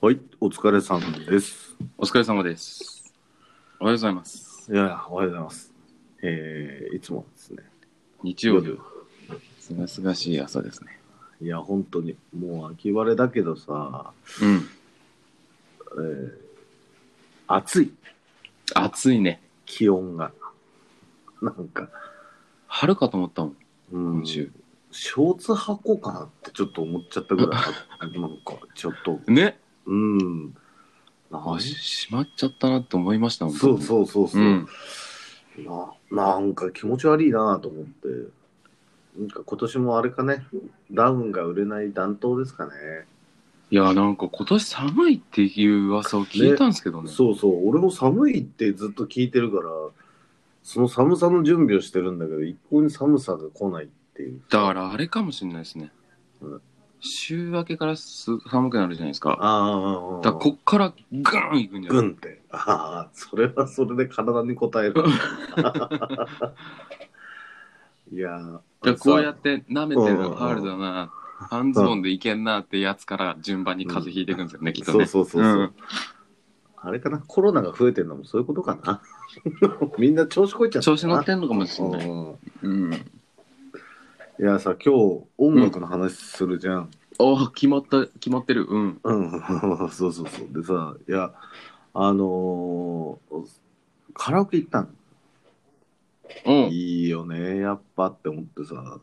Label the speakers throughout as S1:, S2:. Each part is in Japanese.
S1: はい、お疲れさんです。
S2: お疲れ様です。おはようございます。
S1: いやいや、おはようございます。えー、いつもですね。
S2: 日曜日、すがすがしい朝ですね。
S1: いや、本当に、もう秋晴れだけどさ、
S2: うん。
S1: えー、暑い、
S2: 暑いね。
S1: 気温が。なんか、
S2: 春かと思ったもん、
S1: うん
S2: 今
S1: シ
S2: 週。
S1: ョーツ履こうかなってちょっと思っちゃったぐらい、なんか、ちょっと、
S2: ね
S1: うん。
S2: あ
S1: な
S2: し、しまっちゃったなって思いましたもん。
S1: そうそうそうそう。
S2: うん
S1: ななんか気持ち悪いなと思って。なんか今年もあれかね、ダウンが売れない暖冬ですかね。
S2: いや、なんか今年寒いっていう噂を聞いたんですけどね。
S1: そうそう、俺も寒いってずっと聞いてるから、その寒さの準備をしてるんだけど、一向に寒さが来ないっていう。
S2: だからあれかもしれないですね
S1: うん。
S2: 週明けからす寒くなるじゃないですか。
S1: ああ、
S2: だからこっからガーン行くんじゃ
S1: ぐ
S2: ない
S1: んって。ああ、それはそれで体に応える。 いやー
S2: だからこうやって舐めて
S1: うんうんう
S2: る
S1: ん
S2: ハールだな、ハンズオンでいけんなってやつから順番に風邪ひいていくんですよね、きっとね。
S1: そうそうそうそう
S2: うん
S1: あれかな、コロナが増えてるのもそういうことかな。 みんな調子こいちゃった
S2: 調子乗って
S1: ん
S2: んのかもしれない。うん。
S1: いやさ、今日音楽の話するじゃん。
S2: ああ、決まった、決まってる。うん。
S1: うん、 そうそうそう。でさ、いや、あのーカラオケ行ったの。
S2: うん。
S1: いいよね、やっぱって思ってさ。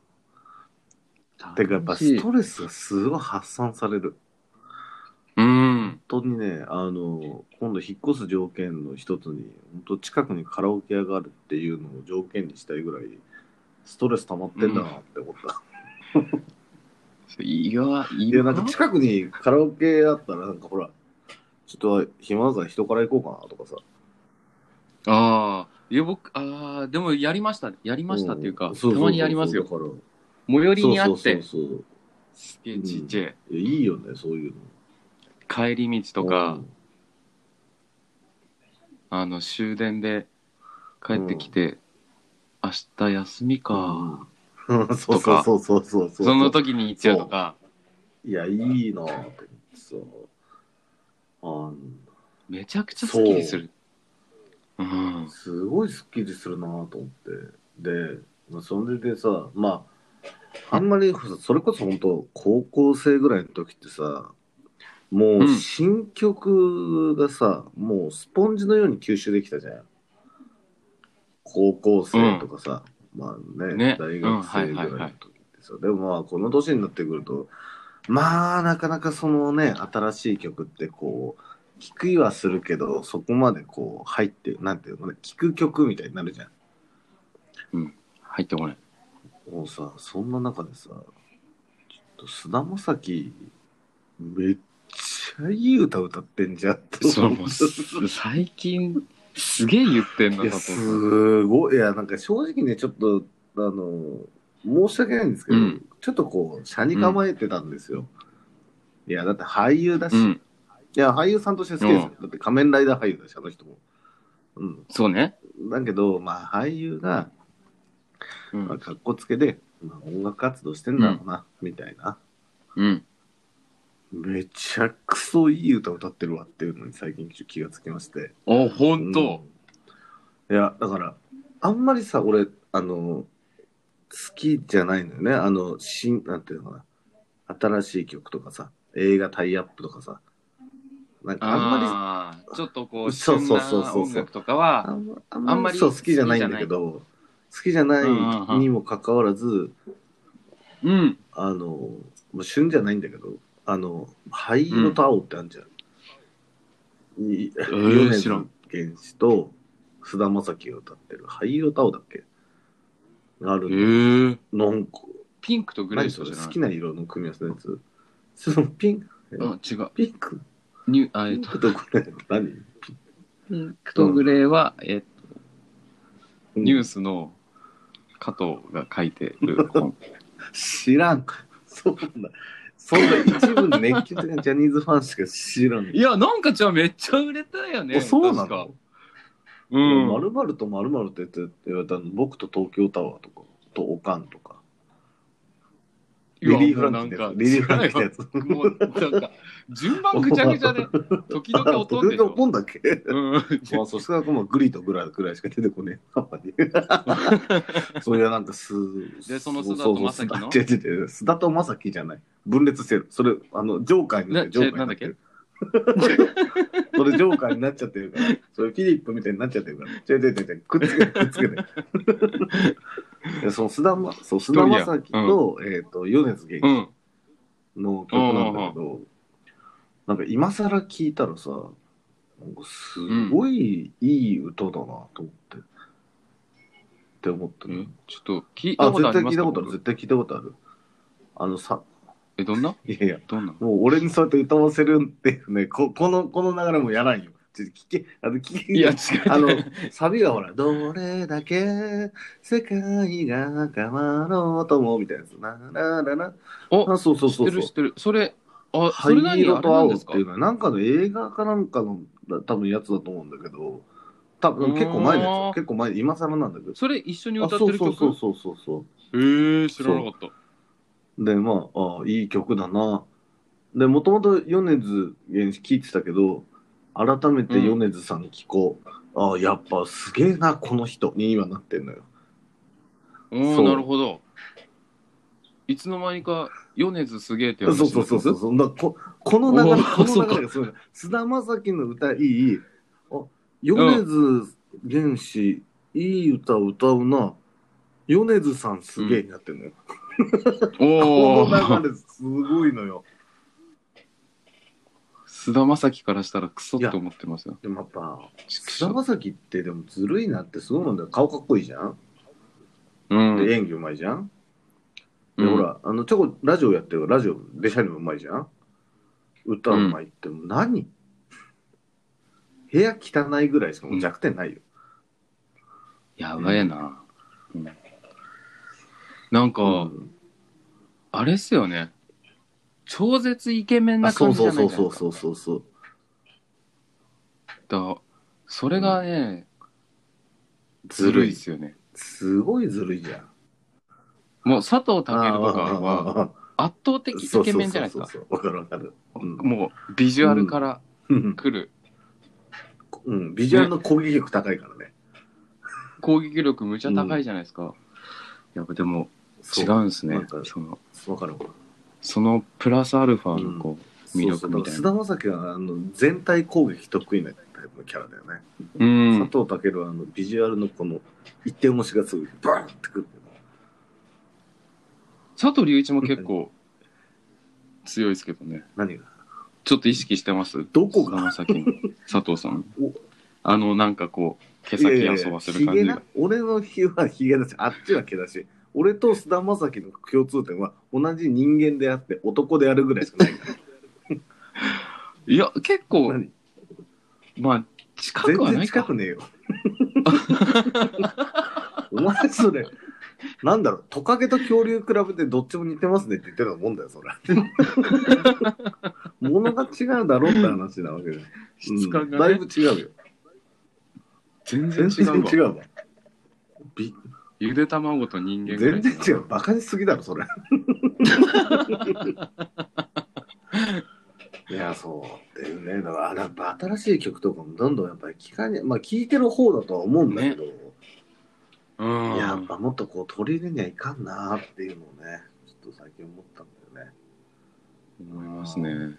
S1: てかやっぱ
S2: 楽し
S1: ス
S2: い
S1: トレスがすごい発散される。
S2: うん。
S1: 本当にね、あの、今度引っ越す条件の一つに、本当近くにカラオケ屋があるっていうのを条件にしたいぐらい、ストレス溜まってんだなって思った。
S2: いいよ、いい
S1: いや、
S2: よ。
S1: なんか近くにカラオケ屋あったら、なんかほら、ちょっと暇だから人から行こうかなとかさ。
S2: ああ。いや、僕、ああ、でもやりました。やりましたっていうか
S1: ん、
S2: たまにやりますよ。
S1: そうそうそう
S2: 最寄
S1: だから
S2: りにあっ
S1: そうそう
S2: て、
S1: そうそう
S2: すげえちっちゃい。
S1: いやいいよね、そういうの。
S2: 帰り道とか、
S1: うん
S2: あの、終電で帰ってきて、明日休みか。
S1: うんそうそうそうそうそうそう。
S2: その時に行っちゃうとか、
S1: いや、いいなぁと思ってそう。あの
S2: めちゃくちゃスッキリする。うん。
S1: すごいスッキリするなぁと思って。で、まあ、それでさ、まあ、あんまり、それこそ本当、高校生ぐらいの時ってさ、もううん新曲がさ、もうスポンジのように吸収できたじゃん。高校生とかさ、まあね
S2: ね
S1: 大学生ぐらい
S2: うんはいはい
S1: の
S2: はい
S1: 時ってさ、でもまあ、この年になってくると、まあ、なかなかそのね、新しい曲ってこう、聞くはするけど、そこまでこう、入って、なんていうのね、聞く曲みたいになるじゃん。
S2: 入ってこない。
S1: もうさ、そんな中でさ、ちょっと菅田将暉、めっちゃいい歌歌ってんじゃんって
S2: そう、も
S1: 思
S2: う
S1: った
S2: す、最近、すげえ言ってん
S1: い
S2: な、
S1: や、
S2: 佐藤さん。
S1: すごい。いや、なんか正直ね、ちょっと、あの、申し訳ないんですけど、
S2: うん
S1: ちょっとこう、車に構えてたんですよ。いや、だって俳優だし、
S2: う
S1: い
S2: ん、
S1: や、俳優さんとして好きですよ。だって仮面ライダー俳優だし、あの人も。うん。
S2: そうね。
S1: だけど、まあ、俳優が、
S2: うん
S1: まあ、かっこつけで、まあ、音楽活動してんだろうな、みたいな。
S2: うん。
S1: めちゃくそいい歌歌ってるわっていうのに最近ちょっと気がつきまして。
S2: お、ほんと。
S1: うんいや、だから、あんまりさ、俺、あの、好きじゃないのよね。あの、新、なんていうのかな。新しい曲とかさ、映画タイアップとかさ。なんかあんまり、
S2: あんまり。ちょっとこう、
S1: そう
S2: 旬
S1: そう
S2: な
S1: そうそう
S2: 音楽とかは、
S1: あんまあ
S2: あ
S1: ん
S2: ん
S1: ま
S2: ま
S1: り
S2: り
S1: そう好きじゃないんだけど、好きじゃないにもかかわらず、
S2: うん。
S1: あの、もう旬じゃないんだけど、あの、灰色と青ってあるじゃん。に
S2: ー
S1: 米
S2: 知らん
S1: 津玄師と菅田将暉が歌ってる灰色と青だっけがあ
S2: え
S1: る
S2: ー、
S1: の。なんか、
S2: ピンクとグレー
S1: 何
S2: し
S1: そ
S2: か
S1: れ
S2: じゃな
S1: 好
S2: い
S1: き。な色の組み合わせのやつそのピンク、
S2: うん、違う。
S1: ピンク
S2: ニュあ、
S1: ピ
S2: えっ
S1: ン
S2: と、
S1: クとこれ何
S2: ピンクとグレーは、えっと、ニュー
S1: ス
S2: スの加藤が書いてる本。
S1: 知らん。そんな、そんな一部熱狂的なジャニーズファンしか知らん。
S2: いや、なんかじゃあめっちゃ売れたよね。
S1: あそうな
S2: 確か
S1: の
S2: う
S1: ま
S2: ん。
S1: るまるとまるまるって言って言われたの僕と東京タワーとかとおかんとかリリー・フラ
S2: な
S1: ン
S2: ん
S1: クの
S2: か
S1: やつ。リリー・フランクのやつ。
S2: もうなんか順番ぐちゃぐち ゃで時々
S1: あ、
S2: 落と
S1: そ
S2: ん
S1: れ
S2: でし
S1: で
S2: ょ。
S1: 怒んだっけ
S2: うん、
S1: まあ、そしたら、まあ、グリとグラぐらいしか出てこねえ。あんまりそういうなんかす、
S2: でその
S1: う
S2: 須田と正樹の
S1: そうそう 違う違う違う須田と正樹じゃない。分裂してる。それ、あの、ジョーカーになってる。ジョーカーになってる。 それジョーカーになっちゃってるから、それフィリップみたいになっちゃってるから、ちょいちょいちょいちょい、くっつけて、くっつけ て。いやその須田ま、そう、須田正樹と、えっ、と、米津
S2: う
S1: 玄
S2: ん、
S1: 師の曲なんだけど、なんか今更聞いたらさ、なんかすごいいい歌だなと思って、って思って
S2: え
S1: る。
S2: ちょっと聞いた
S1: あ、
S2: こ
S1: 絶
S2: とあり
S1: 対
S2: ま
S1: 聞い
S2: す
S1: た
S2: か
S1: ことある、絶対聞いたことある。あのさ、
S2: え、どんない
S1: やいや、
S2: どんなの
S1: もう俺にそうやって歌わせるっていうね、ここの、この流れもやらんよ。ちょっと聞け、あの、聞け、
S2: いや、違う。
S1: あの、サビがほら、どれだけ世界が変わろうとも、みたいなやつ。なななな
S2: お
S1: あ、そうそう
S2: 知っ
S1: そう
S2: て
S1: そ
S2: る知っ
S1: う。
S2: てる。それ、あ、それ
S1: 灰
S2: 何
S1: 色
S2: あれ
S1: と
S2: なん
S1: 青
S2: で
S1: っ
S2: す
S1: て
S2: か
S1: いうのは、なんかの映画かなんかの、多分やつだと思うんだけど、多分結構前です
S2: うーん
S1: よ。結構前、今更なんだけど。
S2: それ一緒に
S1: あ
S2: 歌っ
S1: そ
S2: て
S1: う
S2: る
S1: そうそう
S2: 曲
S1: そうそうそう。
S2: えー、知らなかった。
S1: でまああいい曲だなでもともと米津玄師聴いてたけど改めて米津さん聴こう、ああやっぱすげえなこの人に今なってんのよ
S2: お
S1: そ
S2: お
S1: う
S2: なるほど。いつの間にか、米津すげえって
S1: そう
S2: 話
S1: そうそうそうそんなここの流
S2: お
S1: れ
S2: ー
S1: こ
S2: そう
S1: の
S2: か
S1: 流れがすごい菅田将暉の歌いいあ米津玄師いい歌歌うな米津さんすげえになってんのよ、
S2: おお
S1: この流れすごいのよ
S2: 菅田将暉からしたらクソって思ってますよ。
S1: でもやっぱ
S2: ちくしょ
S1: 菅田将暉ってでもずるいなってすごいもんだよ顔かっこいいじゃん
S2: うん。
S1: で演技うまいじゃん、
S2: うん
S1: でほ。らあのちょこラジオやってるからラジオでしゃりもうまいじゃん歌うまいってもう何、部屋汚いぐらいしかもう弱点ないよ、
S2: やばえな。うんなんか、
S1: うん
S2: あれっすよね。超絶イケメン
S1: あ
S2: な
S1: そ
S2: 感
S1: う
S2: じじ
S1: そう
S2: ゃな
S1: そ
S2: いうですか
S1: そう。そうそうそう
S2: だそれがね、
S1: ずる
S2: っ
S1: い
S2: すよね。
S1: すごいずるいじゃん
S2: もう佐藤健とかは
S1: あ
S2: 圧倒的イケメンじゃないですか。
S1: そうそうそうそうわかるわかるうん
S2: もうビジュアルから
S1: うん
S2: 来る
S1: うんビジュアルの攻撃力高いからね
S2: 攻撃力むちゃ高いじゃないですか。やっぱでも違うんですね
S1: なんか。
S2: その
S1: わかる
S2: そのプラスアルファのこ魅力みたい
S1: そ
S2: な
S1: うそうだから菅田将暉はあの全体攻撃得意なタイプのキャラだよね
S2: う、うん、
S1: 佐藤健はあのビジュアルのこの一点押しがすごいバーンってくる
S2: 佐藤隆一も結構強いですけどね。
S1: 何が
S2: ちょっと意識してます
S1: どこが
S2: 菅田将暉の佐藤さん
S1: お。
S2: あの、なんかこう、毛先遊ばせる感じ
S1: いやいやいやヒゲ
S2: が
S1: な。俺のヒゲはヒゲだしあっちは毛だし俺と菅田将暉の共通点は同じ人間であって男であるぐらいしかないから
S2: いや、結構、
S1: 何
S2: まあ、近
S1: 全
S2: くはな
S1: 然
S2: いか
S1: 近。くねえよお前それなんだろうトカゲと恐竜比べてどっちも似てますねって言ってるのもんだよそれ 物が違うだろうって話なわけで、
S2: 質感
S1: うんだ
S2: が
S1: い
S2: ね
S1: ぶ、違うよ
S2: 全然
S1: 全
S2: 違
S1: 然
S2: う
S1: 違
S2: わ。
S1: うわ。び
S2: ゆで卵と人間ぐら
S1: 全
S2: い
S1: 然違う。バカにしすぎだろ、それ。いや、そう。っていうね。だから、やっぱ新しい曲とかもどんどんやっぱり聞かね、まあ聞いてる方だとは思うんだけど、
S2: うん。
S1: いややっぱもっとこう取り入れにはいかんなーっていうのをね、ちょっと最近思ったんだよね。
S2: 思いますね。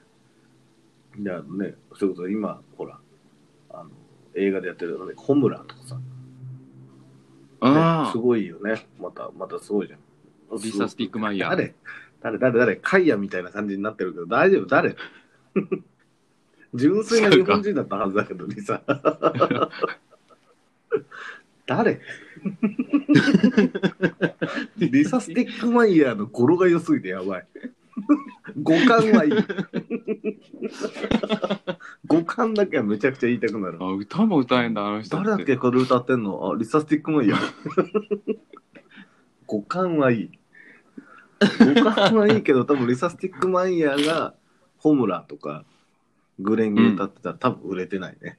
S1: いやね、それこそ今、ほら、あの、映画でやってる、ね、ホムラとかさ、ね
S2: あ
S1: すごいよね。また、またすごいじゃん。
S2: あ、リサ・スピークマイヤー。
S1: 誰誰誰誰カイヤみたいな感じになってるけど大丈夫 誰純粋な日本人だったはずだけどリ サ誰リサ・スティックマイヤーの語呂が良すぎてやばい五感はいい五感だけはめちゃくちゃ言いたくなる
S2: あ、歌も歌えんだ、あの人って。
S1: 誰だっけこれ歌ってんのあリサスティックもいいよ 五感はいい五感はいいけど多分リサスティックマイヤーがホムラとかグレンゲ歌ってたら、多分売れてないね。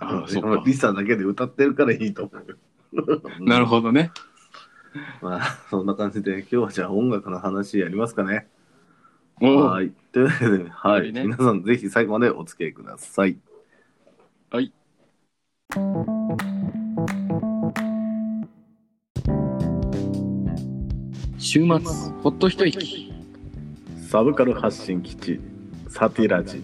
S2: あ、そうか
S1: リサだけで歌ってるからいいと思う
S2: なるほどね。
S1: まあ、そんな感じで、今日はじゃあ音楽の話やりますかね。
S2: お。
S1: はいい。というわけで、は
S2: よ
S1: い。
S2: りね
S1: 皆さん、ぜひ最後までお付き合いください。
S2: はい。週末、ほっと一息。
S1: サブカル発信基地、サティラジ。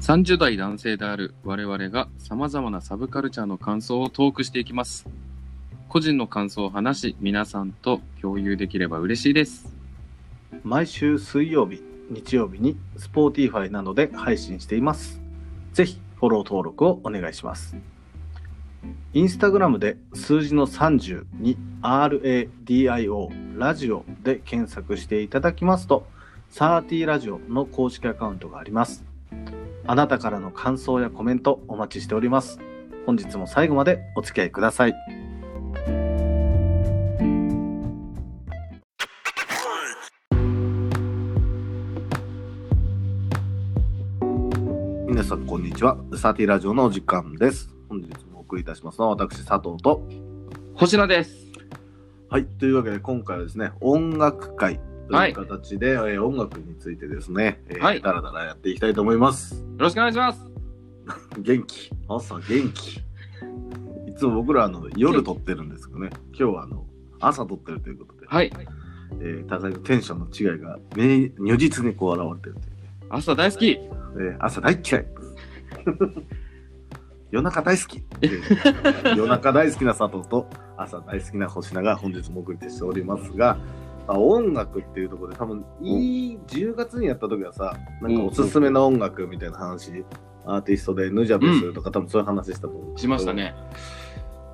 S2: 30代男性である我々が様々なサブカルチャーの感想をトークしていきます。個人の感想を話し、皆さんと共有できれば嬉しいです。
S1: 毎週水曜日、日曜日に Spotify などで配信しています。ぜひ、フォロー登録をお願いします。インスタグラムで数字の30に RADIO ラジオで検索していただきますと、サーティラジオの公式アカウントがあります。あなたからの感想やコメントお待ちしております。本日も最後までお付き合いください。皆さんこんにちは。サーティラジオのお時間です。本日もお送りいたしますのは私佐藤と
S2: 星野です。
S1: はい、というわけで今回はですね音楽会という形で、えー音楽についてですね、えー
S2: はい
S1: だらだらやっていきたいと思います
S2: よろしくお願いします。
S1: 元気朝元気いつも僕らあの夜撮ってるんですけどね今日はあの朝撮ってるということで、
S2: はい。
S1: えー互いのテンションの違いが明如実にこう現れてる
S2: 朝大好き。
S1: という、えー朝大っ嫌い 夜中大好き、えー夜中大好きな佐藤と朝大好きな星名が本日もお送りしておりますが、まあ、音楽っていうところで多分いい10月にやった時はさなんかおすすめの音楽みたいな話アーティストでヌジャブするとか、多分そういう話したと思う
S2: しましたね。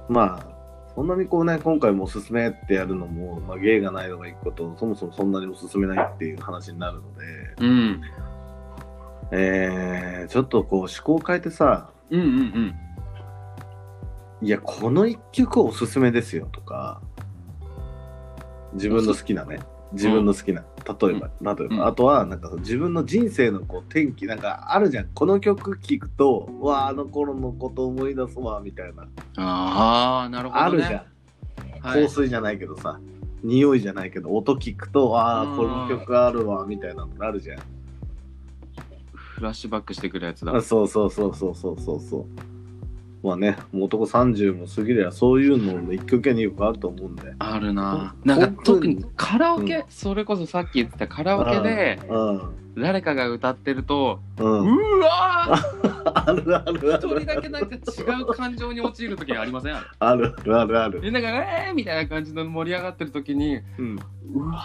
S1: まあそんなにこうね今回もおすすめってやるのも、まあ、芸がないのが一個とそもそもそんなにおすすめないっていう話になるので、
S2: うん。
S1: えーちょっとこう思考を変えてさ
S2: うんうん
S1: いやこの一曲おすすめですよとか自分の好きなね自分の好きな、例えば、例えば、
S2: うん
S1: あとはなんか自分の人生のこう転機なんかあるじゃんこの曲聴くとうわああの頃のこと思い出すわみたいな、
S2: うん。ああ、なるほど、ね。
S1: あるじゃん、
S2: はい
S1: 香水じゃないけどさ匂いじゃないけど音聞くとあ
S2: う
S1: あ
S2: ん
S1: この曲あるわみたいなのあるじゃん
S2: フラッシュバックしてくるやつだ。
S1: あそうそうそうそうそうそうそうまあねもう男30も過ぎりゃそういうのの一曲や二曲あると思うんで
S2: あるな
S1: ほん
S2: なんか
S1: 本当
S2: 特
S1: に
S2: にカラオケ、
S1: う
S2: それこそさっき言ってたカラオケで
S1: うん
S2: 誰かが歌ってると、
S1: う
S2: うんわー
S1: あるあるあ
S2: 一人
S1: る
S2: だけなんか違う感情に陥る時ありません
S1: あるあるあるある
S2: みんなが「えー!」みたいな感じの盛り上がってる時に
S1: うん
S2: うわ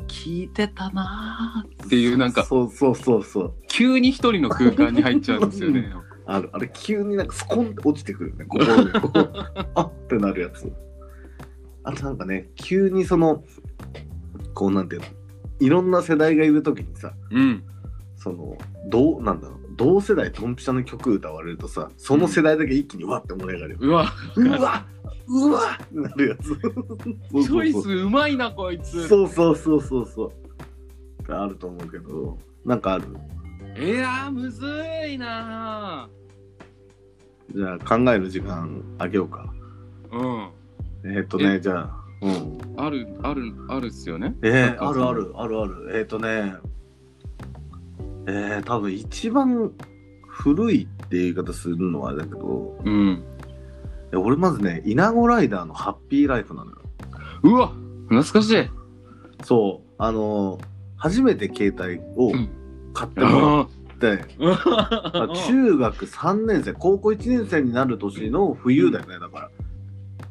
S2: ー聞いてたなーっていうなんか
S1: そうそうそうそう
S2: 急に一人の空間に入っちゃうんですよね。
S1: あるあれ急になんかスコンって落ちてく るよね心にこうあってなるやつあとなんかね急にそのこうなんていうのいろんな世代がいる時にさ
S2: うん、
S1: そのどうなんだろう同世代ドンピシャの曲歌われるとさその世代だけ一気にわって盛り上がるよ、
S2: うわ
S1: うわうわってなるやつそう
S2: チ
S1: そ
S2: ョイ
S1: う
S2: スうまいなこいつ。
S1: そうそうそうそうそうってあると思うけどなんかある
S2: いやーむずいな
S1: じゃあ考える時間あげようか
S2: ー。うん
S1: えーっ、とね
S2: え
S1: じゃあうん
S2: あるあるあるっすよね。
S1: えー、
S2: なんか
S1: あるあるあるあるえーっ、とねえー、多分一番古いっていう言い方するのはあれだけど
S2: うん。
S1: え俺まずね稲子ライダーのハッピーライフなのよ
S2: うわ懐かしい。
S1: そう、あのー初めて携帯を
S2: うん
S1: 買っても
S2: あ
S1: らって、
S2: あ
S1: あ中学3年生、高校1年生になる年の冬だよね、だから、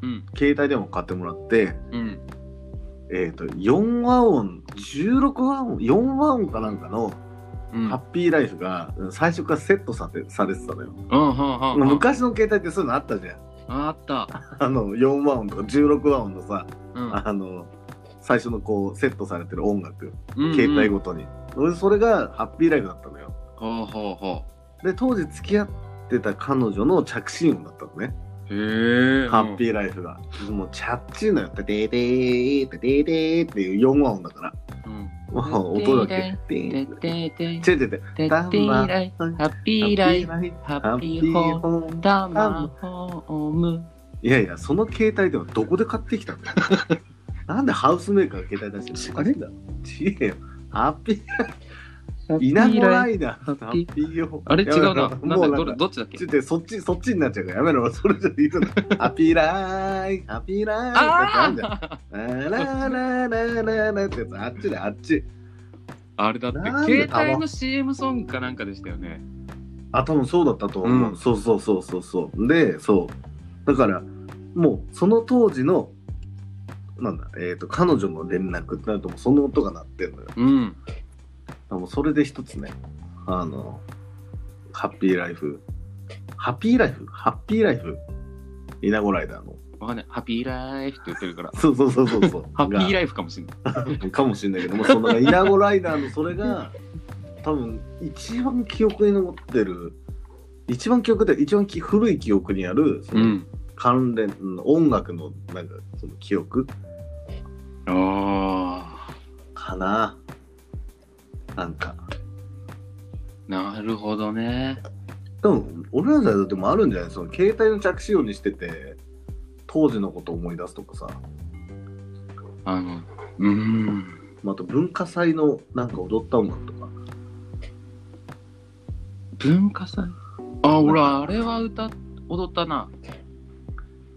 S2: うん
S1: 携帯でも買ってもらって、
S2: うん
S1: えっ、と、4和音、16和音、4和音かなんかの
S2: うん
S1: ハッピーライフがうん最初からセットさてされてたのよ。
S2: うんうんうんうん
S1: 昔の携帯ってそういうのあったじゃん。
S2: あった。
S1: あの、4和音とか16和音のさ、
S2: うん
S1: あの、最初のこう、セットされてる音楽、
S2: うんうん
S1: 携帯ごとに。俺それがハッピーライフだったのよ。
S2: ほうほうほ
S1: で当時付き合ってた彼女の着信音だったのね、
S2: う。へえ。
S1: ハッピーライフがもうチャッチーのよってでーでーでーでーでーっていう4音だから
S2: うん。
S1: まあ音だけ。ピ
S2: て
S1: ン。
S2: ってて
S1: ちょいちょいちょい。
S2: てって以来ハッピーライフハッピーホ
S1: ホ
S2: ータマホーム
S1: いやいや、その携帯ではどこで買ってきた のなんでハウスメーカーの携帯出してるの
S2: あれ
S1: だちえよ。ハッピ
S2: ハッ
S1: ー、
S2: ピ
S1: 稲
S2: ー
S1: 穂
S2: ラ
S1: ラ
S2: イフ
S1: イダー。
S2: ハッピー
S1: ピーホー
S2: あれ
S1: や
S2: 違
S1: めろ
S2: うななん
S1: も
S2: だ
S1: うな
S2: ど
S1: ん
S2: れ
S1: か
S2: どっちだっけ
S1: ちょっとそっち、そっちになっちゃうからやめろ、それじゃ言う な。ハッピーライフ、ハッピーライフ
S2: あ
S1: って
S2: あ
S1: あるじゃん。ララララララってやつ、あっちであっち。
S2: あれだって
S1: なんで
S2: 携帯の CM ソングかなんかでしたよね
S1: あ、多分そうだったと思う。
S2: うん
S1: そうそうそうそうそう。で、そう。だから、もうその当時の、なんだ、えっ、と、彼女の連絡ってなると、もうその音が鳴ってるのよ。
S2: うん
S1: もうそれで一つね、あの、ハッピーライフ。ハッピーライフハッピーライフ稲子ライダーの。
S2: わかんないハッピーライフって言ってるから
S1: そうそうそうそうそう
S2: 。ハッピーライフかもしれない
S1: がかもしれないけども、その稲子ライダーのそれが、多分一番記憶に残ってる、一番記憶で、一番き古い記憶にある、その
S2: うん
S1: 関連、音楽のなんかその記憶
S2: あ
S1: かな。なんか。
S2: あなるほどね
S1: でも、俺らの世代でもあるんじゃないその携帯の着信音にしてて、当時のことを思い出すとかさ、
S2: あのうん
S1: まああと文化祭のなんか踊った音楽とか。
S2: 文化祭あ俺あれは歌踊ったな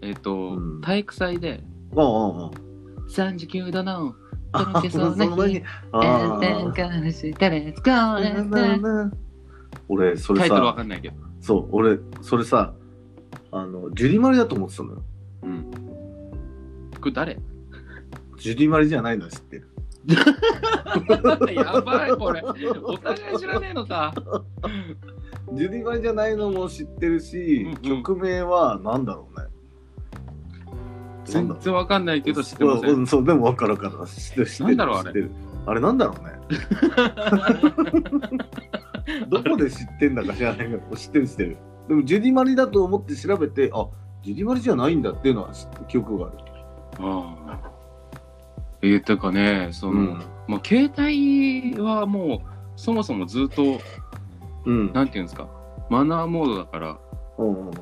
S2: えっ、と、
S1: うん
S2: 体育祭で
S1: ああ、あ
S2: 39度の
S1: あ、ああ。
S2: とろけそうな日
S1: その前にああ
S2: 炎天下の下で疲れて
S1: 俺、そ
S2: タ
S1: れ
S2: イトルわ
S1: さ、
S2: かんないけど、
S1: そう、俺、それさ、あの、ジュリマリだと思ってたのよ。
S2: うん、これ 誰
S1: ジュリマリじゃないの知ってる。
S2: やばいこれお互い知らねえのか
S1: ジュリマリじゃないのも知ってるし、
S2: うんうん
S1: 曲名はなんだろうね。
S2: 全然わかんないけど知ってませ
S1: うんんそうでも分かるから知ってる知ってる
S2: なんだろうあれ
S1: 知ってるあれなんだろう ねどこで知ってんだか知らないけど知ってる知ってるでもジュディマリだと思って調べてあジュディマリじゃないんだっていうのは知記憶がある
S2: ああえー、とかねその、まあ、携帯はもうそもそもずっと
S1: うん
S2: なんていうんですかマナーモードだから
S1: うんうん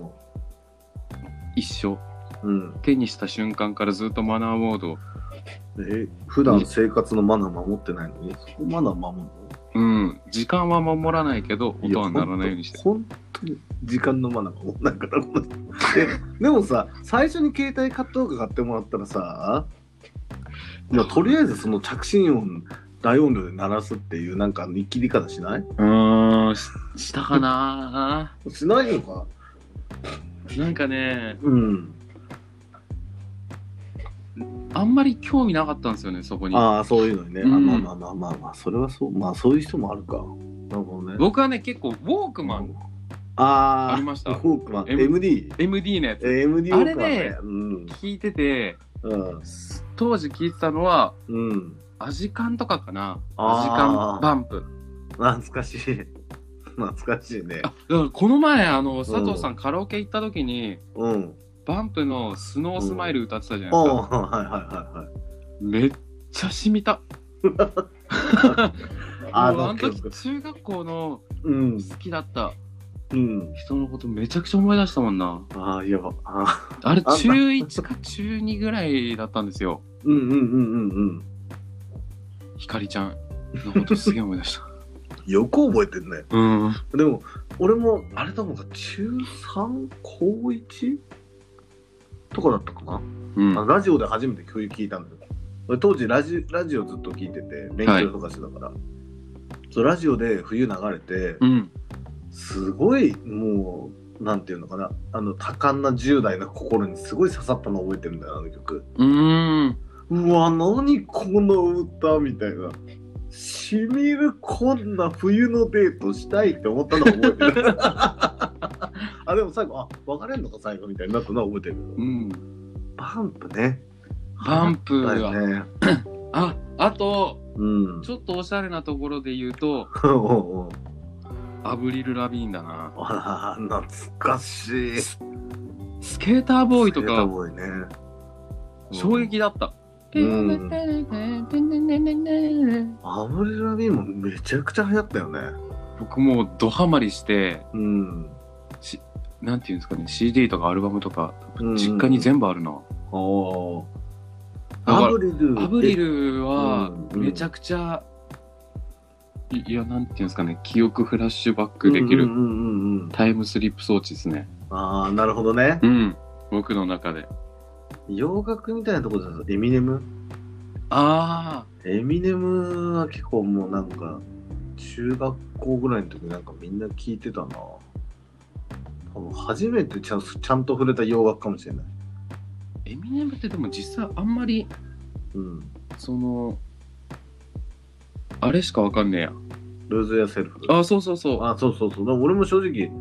S2: 一生
S1: うん
S2: 手にした瞬間からずっとマナーモード
S1: え普段生活のマナー守ってないのにそこマナー守るの
S2: うん時間は守らないけど音は鳴らないようにしてる
S1: 本当に時間のマナー守らないからこの人 えでもさ最初に携帯買った方が買ってもらったらさいやとりあえずその着信音大音量で鳴らすっていうなんか見切り方しないう
S2: ーんししたかな
S1: しないのか
S2: なんかね
S1: うん
S2: あんまり興味なかったんですよねそこに
S1: ああそういうのにね、
S2: うん
S1: あまあまあまあまあまあそれはそうまあそういう人もあるかなるほどね
S2: 僕はね結構ウォークマン
S1: ああ
S2: ありました
S1: ウォークマン
S2: M-
S1: MD
S2: MD のや
S1: え
S2: つ
S1: ー MD ウォ
S2: あ
S1: ー
S2: れ
S1: クマンね
S2: ね
S1: うん
S2: 聞いてて
S1: うん
S2: す当時聞いてたのは
S1: うん
S2: アジカンとかかなアジ
S1: あー
S2: カンバンプ
S1: 懐かしい 懐かしいね
S2: あだからこの前あの佐藤さんカラオケ行った時に
S1: うん
S2: バンプの「スノースマイル」歌ってたじゃない
S1: あ
S2: ですか、
S1: あはいはいはいはい
S2: めっちゃ染みた
S1: あの
S2: もうあの時
S1: 曲
S2: 中学校の
S1: うん、
S2: 好きだった
S1: うん。
S2: 人のことめちゃくちゃ思い出したもんな
S1: ああ、いやば。あ
S2: あれ
S1: あんな
S2: 中1か中2ぐらいだったんですよ
S1: うんうんうんうんうん。
S2: ひかりちゃんのことすげえ思い出した
S1: よく覚えてんね。
S2: うん
S1: でも、俺も、あれだもんか、中3、高 1? とかだったかな、
S2: うん
S1: あラジオで初めて教育聞いたんだよ。俺当時ラジ、ラジオずっと聞いてて、勉強とかしてたから。そうラジオで冬流れて、
S2: うん
S1: すごい、もう、なんていうのかな、あの、多感な10代の心にすごい刺さったのを覚えてるんだよ、あの曲。
S2: うーん
S1: うわ、何この歌みたいな。しみるこんな冬のデートしたいって思ったのは覚えて る。あ、でも最後、あ、別れんのか最後みたいになったのは覚えてるけど。
S2: うん
S1: バンプね。
S2: バンプ
S1: だ
S2: は、
S1: よね。
S2: ああと
S1: うん。
S2: ちょっとおしゃれなところで言うと
S1: おうおう
S2: アブリル・ラビーンだな
S1: あら、 懐かしい。
S2: スケーターボーイと
S1: スケーター
S2: か
S1: ボーイね。
S2: 衝撃だった、
S1: うんアブリラビーンもめちゃくちゃ流行ったよね。
S2: 僕もうドハマりして、
S1: うん。
S2: なんていうんですかね、CD とかアルバムとか、
S1: うん
S2: 実家に全部あるな。
S1: あ
S2: だ
S1: あ。
S2: か
S1: アブリル。
S2: ら、アブリルは
S1: うん、うん
S2: めちゃくちゃ、いいや、なんていうんですかね、記憶フラッシュバックでき
S1: うんう
S2: る
S1: んうんうん、
S2: タイムスリップ装置ですね。
S1: ああ、なるほどね
S2: う。ん、僕の中で。
S1: 洋楽みたいなとこじゃないエミネム
S2: あ
S1: エミネムは結構もうなんか、中学校ぐらいの時なんかみんな聞いてたな。多分初めてちゃんちゃんと触れた洋楽かもしれない。
S2: あ、エミネムってでも実際あんまり、
S1: うん。
S2: その、あれしかわかんねえや。
S1: ルーズ・ヤ・セルフ。
S2: あ、そうそうそう。
S1: あ、そうそうそう。でも俺も正直、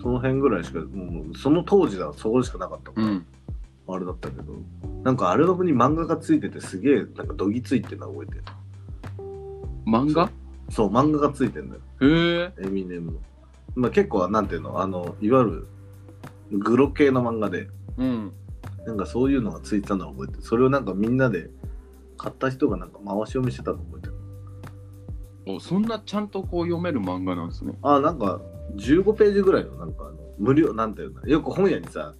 S1: その辺ぐらいしか、もうその当時だ、そこしかなかったか
S2: う
S1: ら、
S2: ん。
S1: あれだったけど、なんかアルバムに漫画がついててすげえ、なんかどぎついってのは覚えてる。
S2: 漫画
S1: そう、漫画がついてんだよ。
S2: へえ。
S1: エミネムの。まあ結構、なんていうの、あの、いわゆる、グロ系の漫画で、
S2: うん。
S1: なんかそういうのがついてたのを覚えてるそれをなんかみんなで、買った人がなんか回し読みしてたのを覚えてる。
S2: おそんなちゃんとこう読める漫画なんですね。
S1: あ、なんか、15ページぐらいの、なんかあの、無料、なんていうの、よく本屋にさ、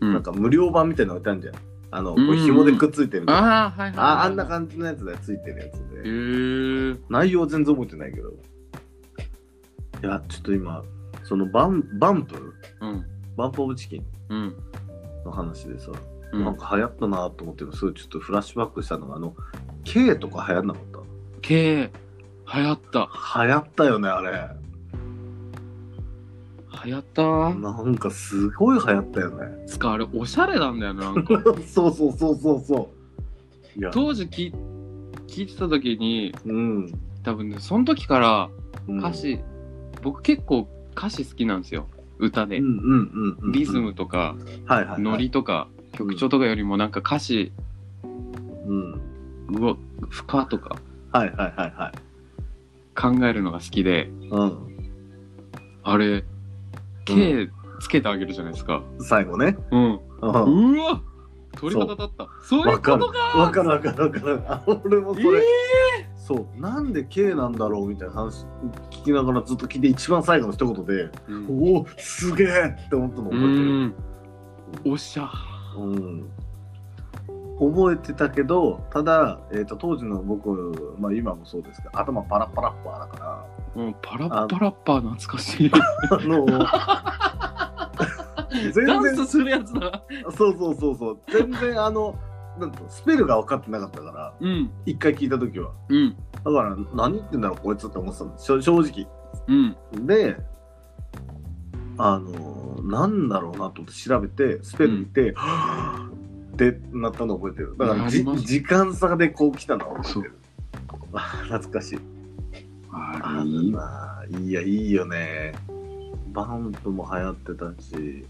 S2: うん
S1: なんか無料版みたいなの置いてあるじゃん。あの、こ
S2: うんう
S1: うん紐でくっついてるみたいな。
S2: ああ、はいはい、はい。
S1: ああんな感じのやつだよ、ついてるやつ
S2: へ
S1: で。
S2: え。
S1: 内容全然覚えてないけど。いや、ちょっと今、そのバン、バンプ
S2: うん。
S1: バンプオブチキン
S2: うん。
S1: の話でさ、
S2: う
S1: なん
S2: ん。
S1: か流行ったなと思ってる、すごいちょっとフラッシュバックしたのが、あの、K とか流行んなかっ
S2: K、流行った。
S1: た流行ったよね、あれ。
S2: 流行った。
S1: なんかすごい流行ったよね。
S2: つか、あれ、おしゃれなんだよな。なんか
S1: そうそうそうそうそう。いや、
S2: 当時聞い聞いてた時に、
S1: うん。
S2: 多分ね、その時から
S1: うん
S2: 歌詞、僕結構歌詞好きなんですよ。歌で
S1: うん。うんうんうん。
S2: リズムとか、
S1: はいはいはい、
S2: ノリとか、曲調とかよりもなんか歌詞、
S1: うん。
S2: うわ、負荷とか
S1: はいはいはいはい。
S2: 考えるのが好きで、
S1: うん。
S2: あれ、K つけてあげるじゃないですか。
S1: 最後ね。
S2: うん。
S1: うん
S2: うわ鳥肌立った。そういう
S1: わか
S2: こ
S1: る。
S2: とか
S1: わかるわかるわかる。あ俺もそれ、
S2: え
S1: そう。なんで K なんだろうみたいな話聞きながらずっと聞いて、一番最後の一言で、
S2: うん
S1: おお、すげえって思ったの
S2: う
S1: 覚えてる。
S2: ん。おっしゃ。
S1: うん覚えてたけど、ただ、えー、と当時の僕、まあ、今もそうですけど、頭パラッパラッパーだか
S2: もうパラッパラッパー懐かしい。
S1: ら、あ の全
S2: ダン
S1: 然
S2: スするやつだ。
S1: そうそうそうそう、全然あの、なんとスペルが分かってなかったから、
S2: うん。
S1: 一回聞いたときは。
S2: うん。
S1: だから何言ってんだろうこいつって思ってたのしょ正
S2: うん。
S1: 直であのなんだろうなと思って調べてスペル見て、はぁってなったの覚えてるだからじ
S2: なります
S1: 時間差でこう来たの覚えてるあ 懐かしい
S2: あ
S1: あるないいやいいよねバンプも流行ってたし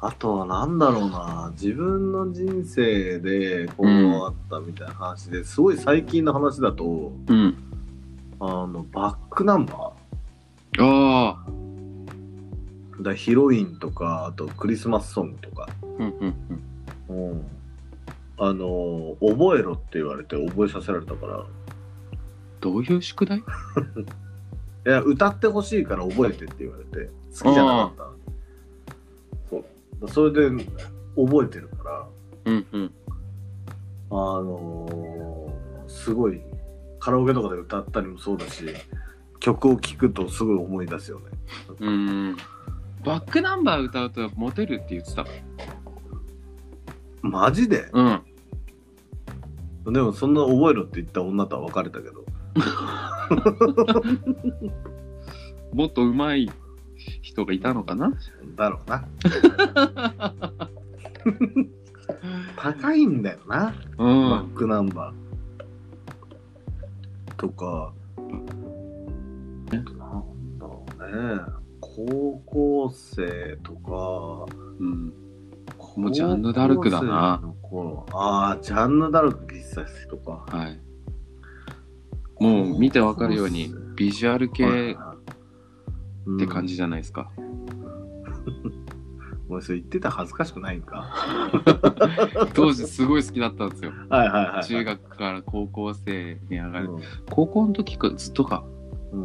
S1: あとは何だろうな自分の人生でこうあったみたいな話で、すごい最近の話だと
S2: うん。
S1: あのバックナンバー
S2: ああ。
S1: だからヒロインとかあとクリスマスソングとか、
S2: うんうん
S1: うん、あの覚えろって言われて覚えさせられたか
S2: どういう宿題
S1: らいや歌ってほしいから覚えてって言われて好きじゃなかったそうそれで覚えてるから
S2: うんうん。
S1: あのーすごいカラオケとかで歌ったりもそうだし曲を聴くとすごい思い出すよね
S2: うん。バックナンバー歌うとモテるって言ってた。
S1: マジで
S2: うん。
S1: でもそんな覚えろって言った女とは別れたけど
S2: もっと上手い人がいたのかな
S1: だろうな高いんだよな、
S2: う
S1: バックナンバーとか
S2: え
S1: なんだろうね高校生とか
S2: うん。もうジャンヌダルクだな
S1: 高校生の頃ああジャンヌ・ダルク喫茶室とか
S2: はい。もう見てわかるように
S1: 高校
S2: ビジュアル
S1: 生
S2: 系っ
S1: うん
S2: て感じじゃないですか。
S1: お前それ言ってたら恥ずかしくないんか。
S2: 当時すごい好きだったんですよ。
S1: はいはいはい。
S2: 中学から高校生に上がる。
S1: うん
S2: 高校の時かずっとか、
S1: うん。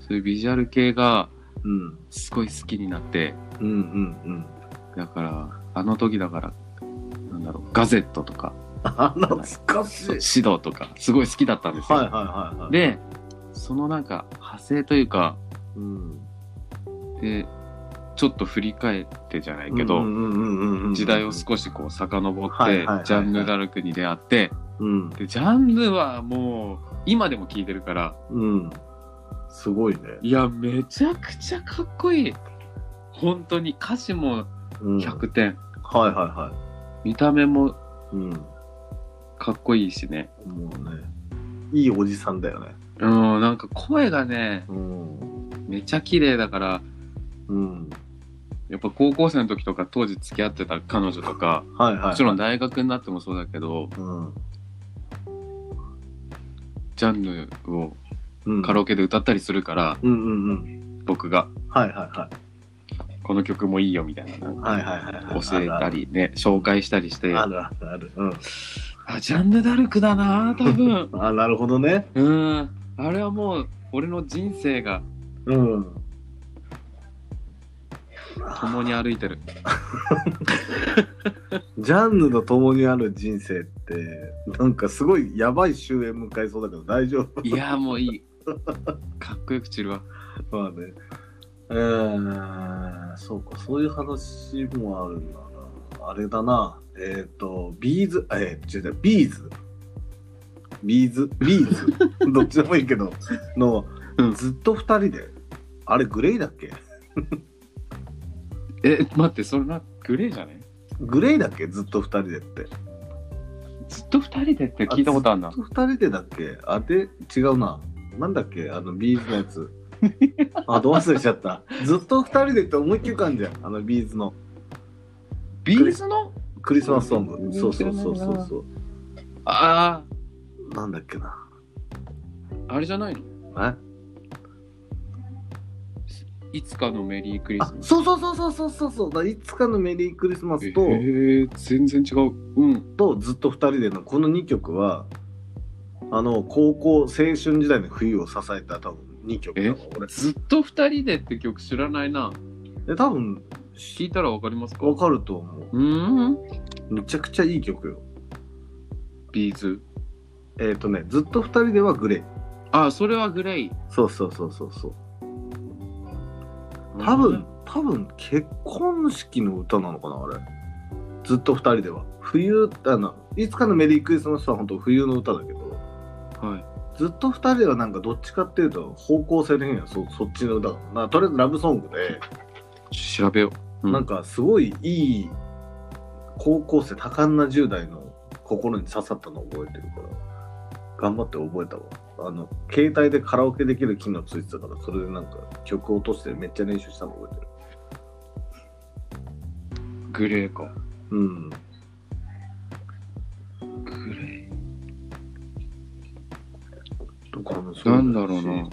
S2: そういうビジュアル系が
S1: うん。
S2: すごい好きになって、
S1: うんうん うん。
S2: だから、あの時だから、なんだろう、ガゼットとか、
S1: あ、懐かしい。はい
S2: シドとか、すごい好きだったんですよ。
S1: はいはいはい。、
S2: で、そのなんか派生というか、
S1: うん。
S2: で、ちょっと振り返ってじゃないけど、
S1: うんうんうんうんうん
S2: 時代を少しこう遡って、
S1: はいはいはいはい
S2: ジャンヌ・ダルクに出会って、
S1: うん。
S2: で、ジャンヌはもう、今でも聴いてるから、
S1: うん。すごいね。
S2: いや、めちゃくちゃかっこいい。本当に、歌詞も
S1: うんはい
S2: 100点、
S1: はいは
S2: 見た目も
S1: い。うん。
S2: かっこいいしね。
S1: もうね、いいおじさんだよね。
S2: うん、なんか声がね、
S1: うん。
S2: めちゃ綺麗だから、
S1: うん。
S2: やっぱ高校生の時とか当時付き合ってた彼女とか、
S1: はいはい。
S2: もちろん大学になってもそうだけど、
S1: うん。
S2: ジャンヌを
S1: うん。
S2: カラオケで歌ったりするから、
S1: うんうんうん。
S2: 僕が、
S1: はいはいはい。
S2: この曲もいいよみたいな、なんか
S1: はいはいはいはい。
S2: 教えたりね、紹介したりして、
S1: あ
S2: あ、
S1: るあるある。うん。
S2: ジャンヌ・ダルクだな多 分。
S1: あ、なるほどね。
S2: うん、あれはもう、俺の人生が
S1: うん。
S2: 共に歩いてる。
S1: ジャンヌと共にある人生って、なんかすごいやばい終焉迎えそうだけど大丈夫
S2: いや、もういい。かっこよく散るわ。
S1: まあね。うーん、そうか、そういう話もあるんだな。あれだな。えっ、と、ビーズ、えー、違う違う、ビーズ。ビーズ、ビー ズ。どっちでもいいけど、の、
S2: うん
S1: ずっと二人で。あれ、グレイだっけ
S2: え、待って、それな、グレーじゃね
S1: グレイだっけずっと二人でって。
S2: ずっと二人でって聞いたことあるな
S1: ず。っと二人でだっけあで違うな。なんだっけあのビーズのや つ。あ、ど忘れしちゃった。ずっと二人でって思いっきり感じゃん。あのビーズの
S2: ビーズの
S1: クリスマスソング。そ
S2: そう
S1: そう
S2: う
S1: そうそうそ
S2: あ
S1: う。なんだっけな。
S2: あ、あれじゃないの
S1: え
S2: いつかのメリークリ
S1: あ
S2: ス、マス。
S1: そうそうそうそうそうそうそう。だいつかのメリークリスマス
S2: え
S1: と、
S2: ー、全然違う。うん。
S1: とずっと二人でのこの二曲は、あの高校青春時代の冬を支えた多分二曲だわ俺。
S2: ずっと二人でって曲知らないな。
S1: え多分
S2: 聞いたらわかりますか
S1: わかると思
S2: うーん。
S1: う。めちゃくちゃいい曲よ。
S2: ビーズ。
S1: えっ、とね、ずっと二人ではグレイ。
S2: あ、それはグレイ。
S1: そうそうそうそうそう。多分、多分結婚式の歌なのかなあれ。ずっと二人では。冬あのいつかのメリークリスマスは本当冬の歌だけど、
S2: うん。はい。
S1: ずっと二人ではなんかどっちかっていうと方向性的にはそそっちの歌だな。とりあえずラブソングで、
S2: 調べよう。う
S1: なんかすごいいい高校生多感な10代の心に刺さったのを覚えてるから、頑張って覚えたわ。あの携帯でカラオケできる機能ついてたからそれでなんか曲落としてめっちゃ練習したの覚えてる。
S2: グレーか。
S1: うん。
S2: グレ
S1: とかも
S2: イ。なんだろうな。。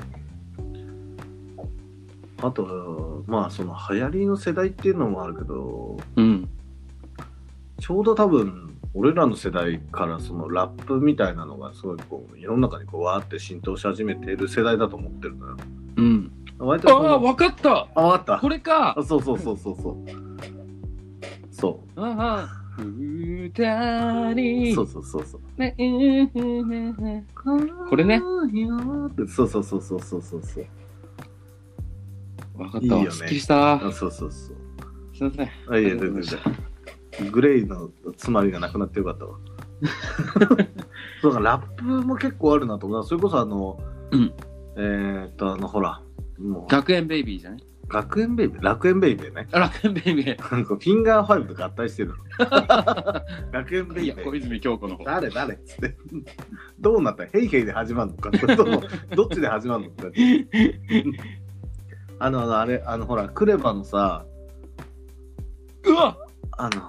S1: あとは、まあ、その流行りの世代っていうのもあるけど、
S2: うん。
S1: ちょうど多分、俺らの世代からそのラップみたいなのがすごいこう世の中にこうわーって浸透し始めてる世代だと思ってるのよ。
S2: うん。
S1: 割と
S2: あ
S1: その
S2: あ、わかった
S1: あ、わかった
S2: これか
S1: あそうそうそうそうそう。そ
S2: ああ、二人
S1: う。そうそうそうそう。
S2: ねこれね。
S1: そうそうそうそうそうそうそう。
S2: わかっ
S1: いい
S2: た
S1: よ
S2: わ。
S1: ね
S2: すっきりした
S1: あ。そうそうそう。
S2: すいません。
S1: あ、いや、全然。グレイのつまりがなくなってよかった わ。そうか、ラップも結構あるなと思う。それこそあの、
S2: うん
S1: えーっと、あの、ほら、もう、
S2: 学園ベイビーじゃない
S1: 学園ベイビー、楽園ベイビーね。
S2: あ、学園ベイビー。
S1: なんかフィンガーファイブと合体して る。学園ベ
S2: い
S1: イ
S2: や、
S1: ビ
S2: 小
S1: ー。
S2: 泉京子の方。
S1: 誰誰っつって。どうなったヘイヘイで始まるのか。それと も、どっちで始まるのか。あの、あのあれ、あの、ほら、クレバのさ、
S2: うわ
S1: あの、だ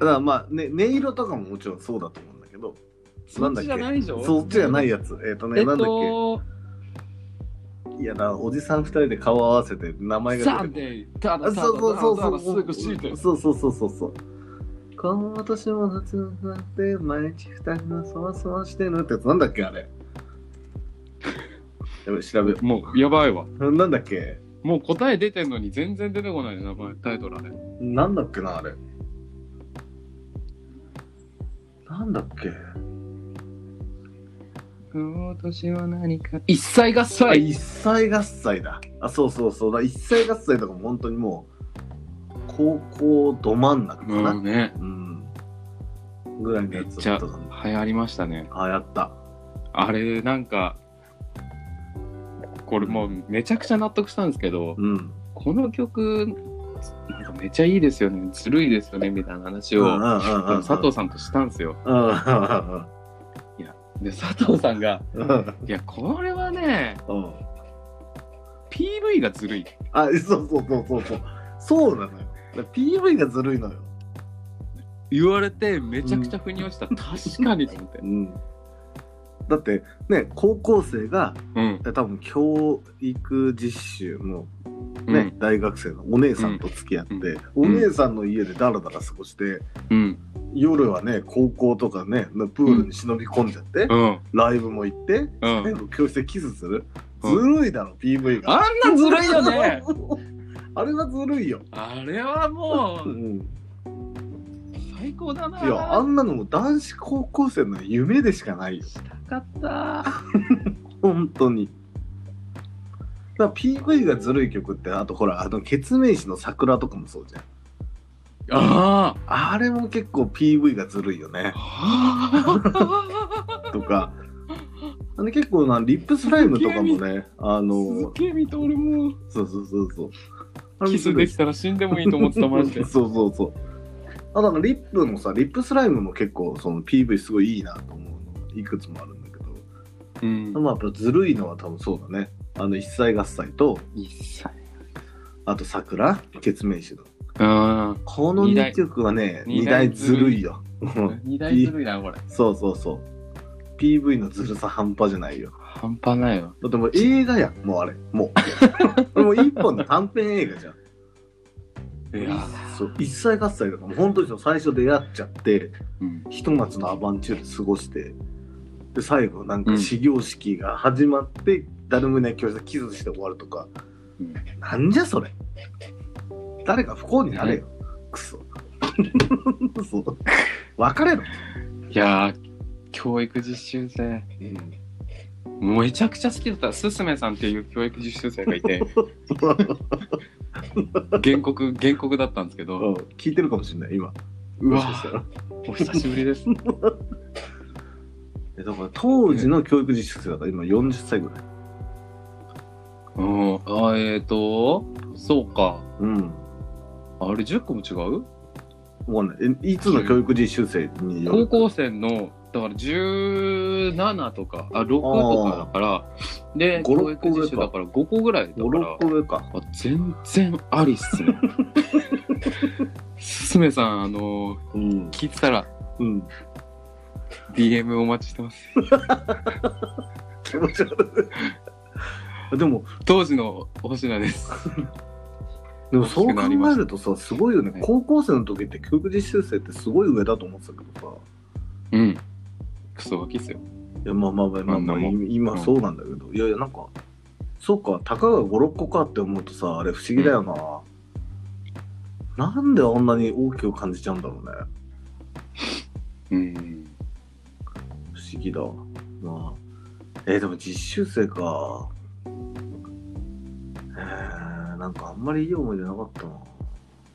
S1: からまあ、ね、音色とかももちろんそうだと思うんだけど、
S2: そっちじゃないでしょ
S1: そっちじゃないやつ。えっ、とね、
S2: えっ
S1: なんだっ
S2: と、
S1: いやな、おじさん二人で顔合わせて名前
S2: サ
S1: が
S2: ン
S1: 出て
S2: デーた
S1: こな
S2: だ
S1: い
S2: た
S1: あ
S2: だ
S1: そうそうそう
S2: ただた
S1: そう
S2: だすぐシート
S1: そうそうそうそうそう。この私も夏になって毎日二人のそわそわしてるってやつなんだっけあ れ。やべ調べよ
S2: もうやばいわ
S1: う。なんだっけ
S2: もう答え出てんのに全然出てこないね名前タイトルあれ
S1: なんだっけなあれ。なんだっけ
S2: 私は何か一切合
S1: あ
S2: 切
S1: 一切合切だ。あ、そうそうそうだ。一切合切とかも本当にもう、高校ど真ん中か
S2: も
S1: な
S2: う。ね
S1: うん。ぐらいのやつだったかな
S2: 流行りましたね
S1: あ、やった。
S2: あれなんかこれもうめちゃくちゃ納得したんですけど
S1: うん。
S2: この曲なんかめちゃいいですよねずるいですよねみたいな話を佐藤
S1: さ
S2: さんとしたんですよ
S1: ん。うん
S2: で佐藤さんが
S1: うんうん
S2: 「いやこれはね
S1: うん。
S2: PV がずるい
S1: あ、そうそうそうそうそう。そうなのよ。だから PV がずるいのよ。」
S2: 言われてめちゃくちゃ腑に落ちた、確かにと思って
S1: うん。だってね、高校生が
S2: うん
S1: 多分教育実習の
S2: う
S1: ね、
S2: ん
S1: 大学生のお姉さんと付き合って、
S2: んうん
S1: お姉さんの家でダラダラ過ごして
S2: うん
S1: 夜はね高校とかねプールに忍び込んじゃって、
S2: うん
S1: ライブも行って、
S2: うん
S1: 最後教室でキスする、
S2: うん
S1: ずるいだろ PV が
S2: あんなずるいよね
S1: あれはずるいよ、
S2: あれはも
S1: う、
S2: うん
S1: い
S2: 最高だな
S1: やあんなのも男子高校生の夢でしかないよ
S2: したかった
S1: 本当にだから PV がずるい曲ってあとほらあのケツメイシの桜とかもそうじゃん
S2: あ
S1: あれも結構 PV がずるいよね
S2: あ
S1: とか。あの結構な、リップスライムとかも ね、あ
S2: すっ
S1: の、
S2: げえ見て俺もう
S1: そうそうそうそう。あれ
S2: キスできたら死んでもいいと思ってたマジで
S1: そうそうそう。あ、だからリップもさ、リップスライムも結構その PV すごいいいなと思うの、いくつもあるんだけど、
S2: うん
S1: まあやっぱずるいのは多分そうだね。あの、一切合切と、
S2: 一切
S1: あと桜、ケツメイシの。
S2: あ
S1: この2曲はね、
S2: 二
S1: 2
S2: 大
S1: 大ずるいよ。うん
S2: 二大ずるいなこれ
S1: そうそうそう。PV のずるさ半端じゃないよ。
S2: 半端ないわ
S1: だってもう映画やん、もうあれ。も う。もう一本の短編映画じゃん。
S2: いや
S1: そう一切合切とかもう本当にその最初出会っちゃって、
S2: うん
S1: ひと夏のアバンチュール過ごして、で、最後なんか始業式が始まって、誰もいない教室でキスして終わるとか、
S2: うん
S1: なんじゃそれ。誰か不幸になれよ。クソ。そう別れろ。
S2: いやー教育実習生めちゃくちゃ好きだったすすめさんっていう教育実習生が いて原告原告だったんですけ
S1: う
S2: ど
S1: ん聞いてるかもしれない、今。
S2: う
S1: も
S2: わ
S1: しかしたら
S2: お久しぶりです
S1: えだから当時の教育実習生だから今40歳ぐらい。
S2: うんあえーとそうか
S1: うん。
S2: あれ10個も違う
S1: わかんない。えいつの教育実習生によ
S2: 高
S1: る
S2: 校生のだから17とかあ6とかだからで
S1: 五
S2: 教
S1: 六個
S2: 育
S1: ぐら
S2: 実
S1: いか
S2: 習だから5個ぐらいだか
S1: ?5、
S2: ら
S1: 6個上か。
S2: あ全然ありっすね すすめさんあの
S1: うん。
S2: 聞いてたら
S1: うん。
S2: DM お待ちしてます
S1: 気持ち悪い。 でも、
S2: 当時の星名です
S1: でもそう考
S2: 欲しくなりま
S1: え
S2: し
S1: るとさ、すごいよね
S2: はい。
S1: 高校生の時って教育実習生ってすごい上だと思ってたけどさ。
S2: うんクソガキっすよ
S1: いや、まあまあまあまあ、まあ
S2: あんなもんう
S1: 今
S2: ん
S1: そうなんだけど。いやいや、なんか、そうか、たかが5、6個かって思うとさ、あれ不思議だよな。なんであんなに大きく感じちゃうんだろうね。
S2: うん
S1: 不思議だわ。まあ、えーでも実習生か。えー、なんかあんまりいい思い出なかったな。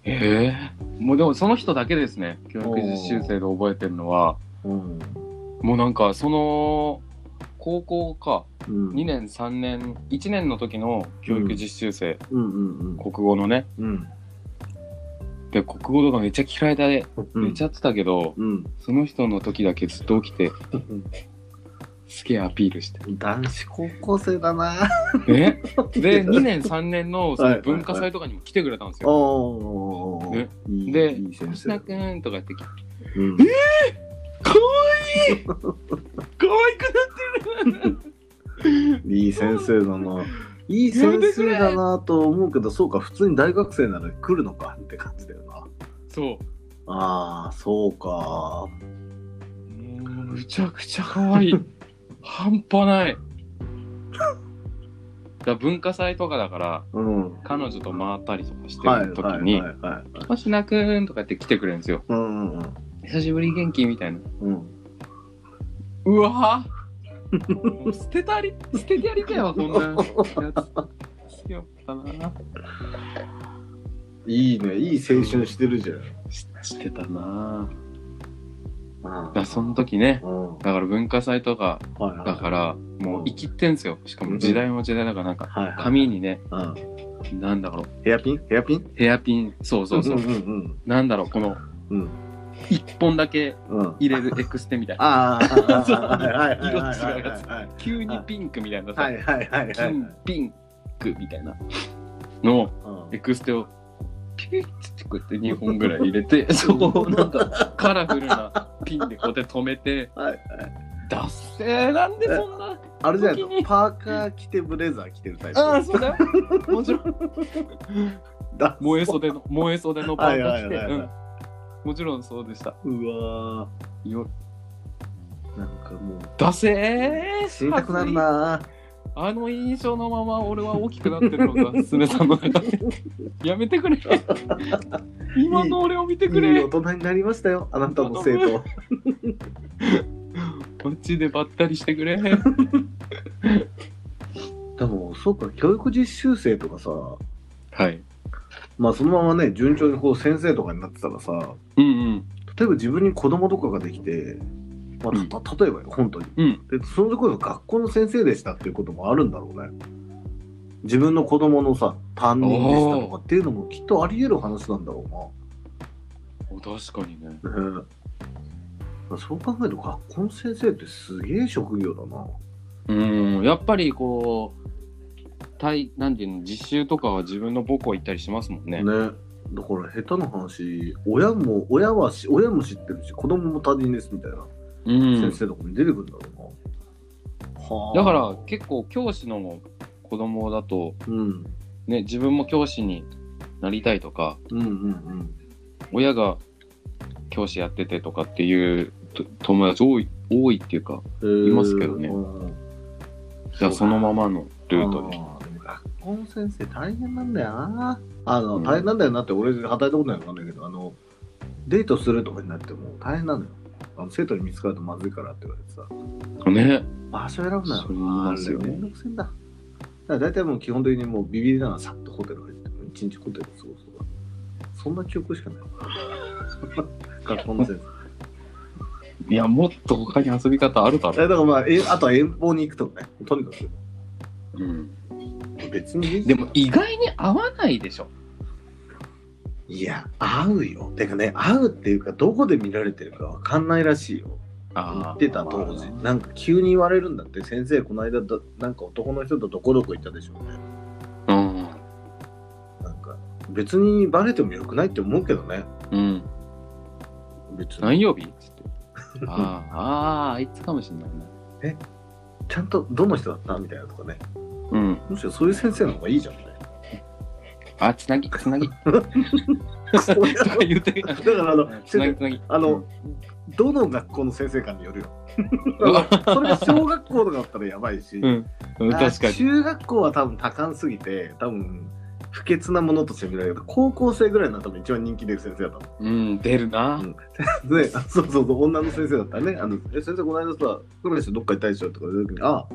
S2: ええもうでもその人だけですね教育実習生で覚えてるのは
S1: うん。
S2: もうなんかその高校か
S1: うん、
S2: 2年3年1年の時の教育実習生、
S1: うんうん
S2: 国語のね
S1: うん。
S2: で国語とかめっちゃ嫌いだね
S1: うん。
S2: 寝ちゃってたけど、
S1: うん。
S2: その人の時だけずっと起きてすげえアピール して
S1: 男子高校生だな。
S2: え で2
S1: 年。
S2: 年3年のその文化祭とかにも来てくれたんですよ
S1: おー。
S2: ね
S1: いい
S2: で
S1: いい
S2: 「
S1: 先
S2: 星
S1: 生
S2: 名。くん」とか言って
S1: うん
S2: 「かわいいかわいくなってる!
S1: いい先生だな。」いい先生だなと思うけど、そうか、普通に大学生なら来るのかって感じだよな。
S2: そ
S1: ああ、そうか。
S2: う。もう、むちゃくちゃ可愛い。半端ない。だ文化祭とかだから、
S1: うん。
S2: 彼女と回ったりとかして
S1: はい、
S2: る時
S1: はい、はい、
S2: に、
S1: はい。
S2: 星名くんとかって来てくれるんですよ。
S1: うん、うん、
S2: 久しぶり元気みたいな。
S1: うん。
S2: うわぁもう捨てたり、捨ててやりたいわ、そんなやつ。しよっ たな。
S1: いいね、いい青春してるじゃん。
S2: ししてたな。
S1: うん
S2: だからその時ね、
S1: うん、
S2: だから文化祭とか、
S1: はい、はい。
S2: だから、もう生きってんすよ。しかも時代も時代だから、なんか、
S1: はい、はい。
S2: 髪にね、
S1: うん。
S2: なんだろう、
S1: ヘアピンヘアピン
S2: ヘアピン、そうそうそう
S1: う、ん、うん、
S2: なんだろう、この、
S1: うん。うん
S2: 一本だけ
S1: うん。
S2: 入 れるエクステみたいな。
S1: ああ、
S2: そう
S1: はいはい
S2: 色
S1: はい
S2: 違うやつ
S1: はい
S2: 急にピンクみたいな
S1: は
S2: さ
S1: い、はいはいはいはい。
S2: 金ピンクみたいなのを
S1: うん
S2: エクステをピュッてこうやって2本ぐらい入れ てそこをなんかカラフルなピンでこうやって止めて
S1: はいはい
S2: ダッセーなんでそんな
S1: あれじゃない
S2: 時に
S1: のパーカー着てブレザー着てるタイプ。
S2: ああそうだよもちろん
S1: だ
S2: 燃え袖の燃え袖のパ
S1: はい
S2: ンダ
S1: は
S2: 着
S1: い
S2: て
S1: はいはい。
S2: うんもちろんそうでした
S1: うわ
S2: よ
S1: ーなんかもう
S2: ダセー
S1: 死にたくなるな
S2: あの印象のまま俺は大きくなってるのか、すねさん の中で。やめてくれ。今の俺を見てく
S1: いい
S2: れ
S1: 大。人になりましたよあなたも生徒
S2: こっちでばったりしてくれ。
S1: でもそうか教育実習生とかさ
S2: はい。
S1: まあそのままね順調にこう先生とかになってたらさ
S2: うんうん。
S1: 例えば自分に子供とかができて、まあ、た例えばよ本当に
S2: うん。
S1: でその時こそ学校の先生でしたっていうこともあるんだろうね自分の子供のさ担任でしたとかっていうのもきっとあり得る話なんだろうな
S2: 確かにね。
S1: ねえそう考えると学校の先生ってすげえ職業だな。
S2: うん。やっぱりこう、対、なんていうの、実習とかは自分の母校行ったりしますもんね。
S1: ね。だから下手な話、親も親はし親も知ってるし、子供も他人ですみたいな
S2: うん
S1: 先。生とかに出てくるんだろうな。はあ
S2: だから、結構教師の子供だと、
S1: うん、
S2: ね、自分も教師になりたいとか、
S1: うんうんうん。
S2: 親が教師やっててとかっていうと友達多い多いっていうか
S1: えー
S2: いますけどね
S1: うん
S2: じゃあそのままのルートで
S1: あーでも学校の先生大変なんだよな。あの、
S2: うん
S1: 大変なんだよなって俺働いたことないからわかんないけど、あの、デートするとかになっても大変なのよ。あの生徒に見つかるとまずいからって言われてさ。
S2: ね
S1: 場所選ぶなら
S2: それ言いますよね
S1: あれめんどくせえんだ。だから大体もう基本的にもうビビりながらさっとホテル入って、一日ホテル過ごすとか。そんな記憶しか ない。学校の先
S2: いやもっと他に遊び方あるだ
S1: 生。
S2: ろ
S1: えだからまあ、えあとは遠方に行くとかね。とにか
S2: う、ん、
S1: く。別にいい
S2: でも、意外に合わないでしょ
S1: いや、会うよ。てかね、会うっていうか、どこで見られてるかわかんないらしいよ。言
S2: あー
S1: ってた当時。なんか急に言われるんだって、先生、この間だ、なんか男の人とどこどこ行ったでしょうね。
S2: うん
S1: なんか、別にバレてもよくないって思うけどね。
S2: うん
S1: 別に。
S2: 何曜日っつってあーあーあいつかもしんないな
S1: ちゃんとどの人だったみたいなとかね。
S2: うん
S1: むしろそういう先生の方がいいじゃんみたい
S2: あつなぎつなぎと
S1: な。
S2: か言って
S1: だからあの、
S2: つなぎつな ぎ
S1: あ
S2: う
S1: の
S2: ん、
S1: どの学校の先生かによるよ。
S2: うわ
S1: それが小学校とかだったらやばいし、
S2: うん、
S1: あ
S2: 確かに
S1: 中学校は多分多感すぎて、多分不潔なものとして見られるけど、高校生ぐらいの多分一番人気出る先生だった
S2: うん出るな、
S1: の。で、あそうそうそう、女の先生だったらね、あのえ先生、この間さ、黒の人どっか行ったでしょとか言うときに、あ、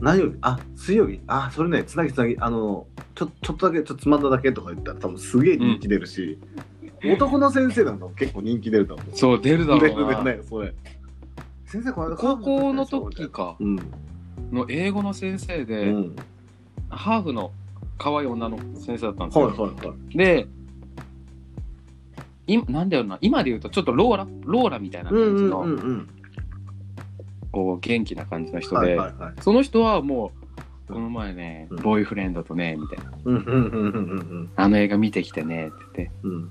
S1: 何曜日あ、水曜日あ、それね、つなぎつなぎ、あの、ちょちょっとだけ、ちょっとつまんだだけとか言ったら、多分すげえ人気出るし、男の先生なんかも結構人気出ると思う。
S2: そう出るだ
S1: 出
S2: ろう
S1: る
S2: な、
S1: ね、それ。先生、この間
S2: 高校の時。か
S1: うん。
S2: の英語の先生
S1: う
S2: で、
S1: ん。
S2: ハーフの可愛い女の先生だったんです
S1: はい
S2: よ。
S1: はいはい。
S2: で、今、なんだよな、今で言うとちょっとローラ、ローラみたいな感じの、
S1: んうん。
S2: こう、元気な感じの人で、
S1: はいはいはい。
S2: その人はもう、この前ね、
S1: うん
S2: ボーイフレンドとね、みたいな、
S1: うんうんうんうん
S2: あの映画見てきてね、って言って、
S1: うんうん。